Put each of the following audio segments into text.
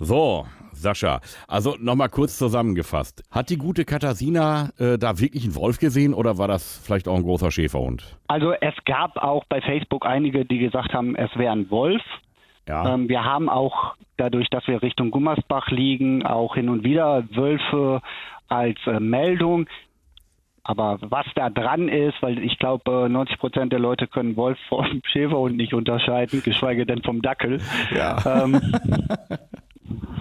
So, Sascha, also nochmal kurz zusammengefasst. Hat die gute Katasina äh, da wirklich einen Wolf gesehen oder war das vielleicht auch ein großer Schäferhund? Also es gab auch bei Facebook einige, die gesagt haben, es wäre ein Wolf. Ja. Ähm, wir haben auch dadurch, dass wir Richtung Gummersbach liegen, auch hin und wieder Wölfe als äh, Meldung. Aber was da dran ist, weil ich glaube, äh, 90 Prozent der Leute können Wolf vom Schäferhund nicht unterscheiden, geschweige denn vom Dackel. Ja. Ähm,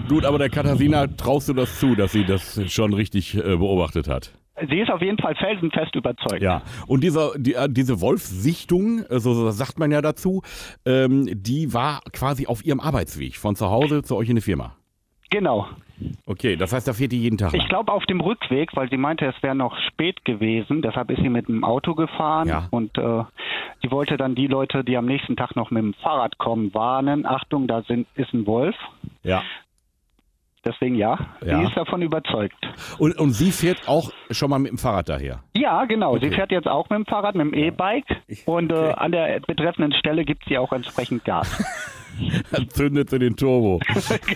Gut, aber der Katasina traust du das zu, dass sie das schon richtig äh, beobachtet hat? sie ist auf jeden Fall felsenfest überzeugt. Ja, und dieser, die, äh, diese Wolfssichtung, äh, so, so sagt man ja dazu, ähm, die war quasi auf ihrem Arbeitsweg von zu Hause zu euch in die Firma. Genau. Okay, das heißt, da fährt die jeden Tag Ich lang. glaube, auf dem Rückweg, weil sie meinte, es wäre noch spät gewesen, deshalb ist sie mit dem Auto gefahren Ja. und äh, sie wollte dann die Leute, die am nächsten Tag noch mit dem Fahrrad kommen, warnen. Achtung, da sind, ist ein Wolf. Ja. Deswegen ja, Ja. sie ist davon überzeugt. Und, und sie fährt auch schon mal mit dem Fahrrad daher. Ja, genau. Okay. Sie fährt jetzt auch mit dem Fahrrad, mit dem E-Bike und äh, an der betreffenden Stelle gibt sie auch entsprechend Gas. Dann zündet sie den Turbo.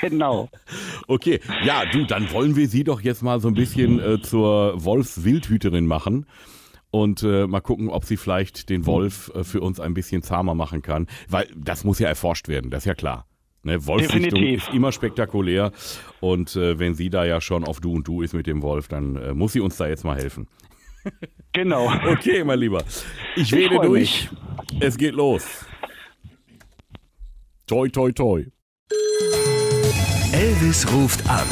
genau. Okay, ja, du, dann wollen wir sie doch jetzt mal so ein bisschen äh, zur Wolfswildhüterin machen und äh, mal gucken, ob sie vielleicht den Wolf äh, für uns ein bisschen zahmer machen kann, weil das muss ja erforscht werden, das ist ja klar. Ne, Wolfsrichtung Definitiv. ist immer spektakulär und äh, wenn sie da ja schon auf Du und Du ist mit dem Wolf, dann äh, muss sie uns da jetzt mal helfen. Genau. Okay, mein Lieber, ich Ich rede freu durch. Es geht los. Toi, toi, toi. Elvis ruft an.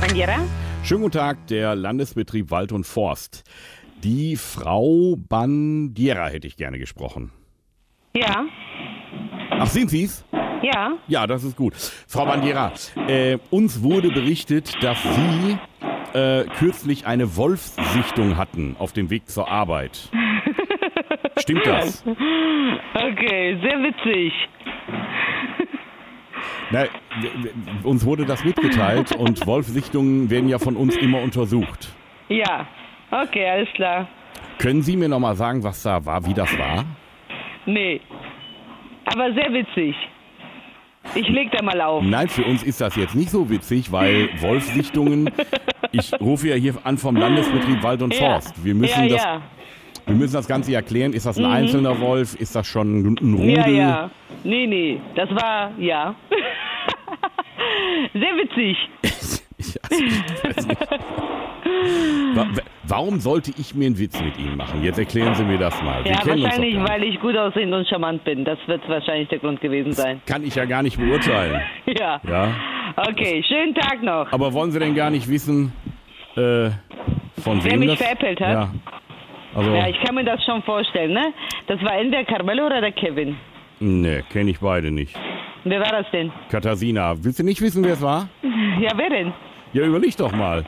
Bandiera? Schönen guten Tag, der Landesbetrieb Wald und Forst. Die Frau Bandiera hätte ich gerne gesprochen. Ja, Ach, sind Sie's? ja. Ja, das ist gut. Frau Bandiera, äh, uns wurde berichtet, dass Sie äh, kürzlich eine Wolfssichtung hatten auf dem Weg zur Arbeit. Stimmt das? Okay, sehr witzig. Na, w- w- uns wurde das mitgeteilt und Wolfsichtungen werden ja von uns immer untersucht. Ja, okay, alles klar. Können Sie mir nochmal sagen, was da war, wie das war? Nee, aber sehr witzig. Ich leg da mal auf. Nein, für uns ist das jetzt nicht so witzig, weil Wolfsichtungen, ich rufe ja hier an vom Landesbetrieb Wald und Ja. Forst. Wir müssen, ja, das, ja. Mhm. wir müssen das Ganze erklären. Ist das ein einzelner Wolf? Ist das schon ein Rudel? Ja, ja. Nee, nee, das war, ja. sehr witzig. Ich, also, ich weiß nicht. Wa- wa- Warum sollte ich mir einen Witz mit Ihnen machen? Jetzt erklären Sie mir das mal. Wir Ja, kennen wahrscheinlich, uns doch gar nicht. weil ich gut aussehend und charmant bin. Das wird wahrscheinlich der Grund gewesen sein. Kann ich ja gar nicht beurteilen. Ja. Ja? Okay, schönen Tag noch. Aber wollen Sie denn gar nicht wissen, äh, von Wer wem das? mich veräppelt hat? Ja. Also, Ja, ich kann mir das schon vorstellen, ne? Das war entweder Carmelo oder der Kevin. nee, kenne ich beide nicht. Wer war das denn? Katasina, willst du nicht wissen, wer es war? Ja, wer denn? Ja, überleg doch mal.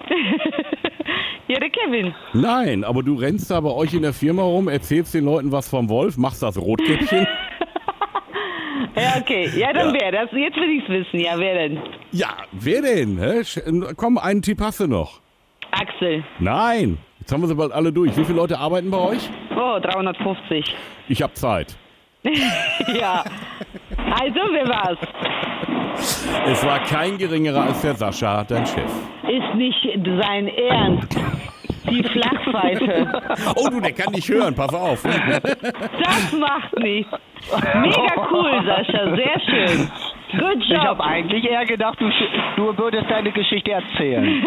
Ja, der Kevin. Nein, aber du rennst da bei euch in der Firma rum, erzählst den Leuten was vom Wolf, machst das Rotkäppchen. Ja, okay. Ja, dann Ja. wer das? Jetzt will ich's wissen. Ja, wer denn? Ja, wer denn? Hä? Sch- Komm, einen Tipp hast du noch. Axel. Nein, jetzt haben wir sie bald alle durch. Wie viele Leute arbeiten bei euch? Oh, 350. Ich hab Zeit. Ja. Also, wer war's? Es war kein geringerer als der Sascha, dein Chef. Ist nicht sein Ernst. Die Flachpfeife. Oh du, der kann nicht hören, pass auf. Das macht nichts. Mega cool, Sascha. Sehr schön. Good Ich habe job. eigentlich eher gedacht, du, sch- du würdest deine Geschichte erzählen.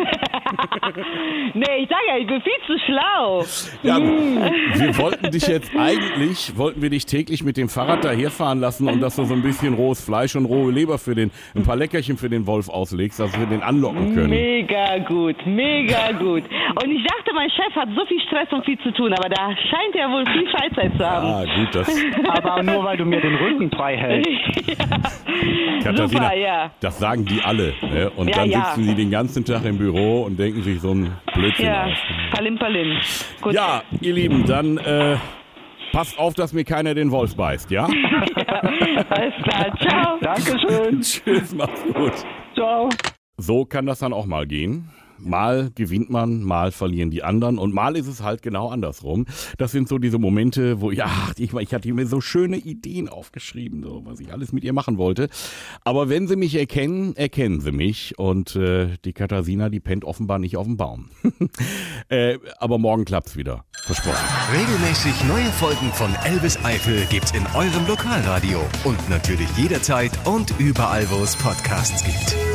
Nee, ich sag ja, ich bin viel zu schlau. Ja, Mm. wir wollten dich jetzt eigentlich, wollten wir dich täglich mit dem Fahrrad daherfahren lassen und dass du so ein bisschen rohes Fleisch und rohe Leber für den, ein paar Leckerchen für den Wolf auslegst, dass wir den anlocken können. Mega gut, mega gut. Und ich dachte, mein Chef hat so viel Stress und viel zu tun, aber da scheint er wohl viel Freizeit zu haben. Ah, gut, das, Aber nur weil du mir den Rücken frei hältst. Katharina, Super, ja. das sagen die alle. Ne? Und Ja, dann ja. sitzen die den ganzen Tag im Büro und denken sich so ein Blödsinn Ja, aus. palim, palim. Gut. Ja, ihr Lieben, dann äh, passt auf, dass mir keiner den Wolf beißt, ja? Alles klar, ciao. Dankeschön. Tschüss, macht's gut. Ciao. So kann das dann auch mal gehen. Mal gewinnt man, mal verlieren die anderen und mal ist es halt genau andersrum. Das sind so diese Momente, wo ich, ach, ich, ich hatte mir so schöne Ideen aufgeschrieben, so, was ich alles mit ihr machen wollte. Aber wenn sie mich erkennen, erkennen sie mich und äh, die Katarina, die pennt offenbar nicht auf dem Baum. äh, aber morgen klappt's wieder, versprochen. Regelmäßig neue Folgen von Elvis Eifel gibt's in eurem Lokalradio und natürlich jederzeit und überall, wo es Podcasts gibt.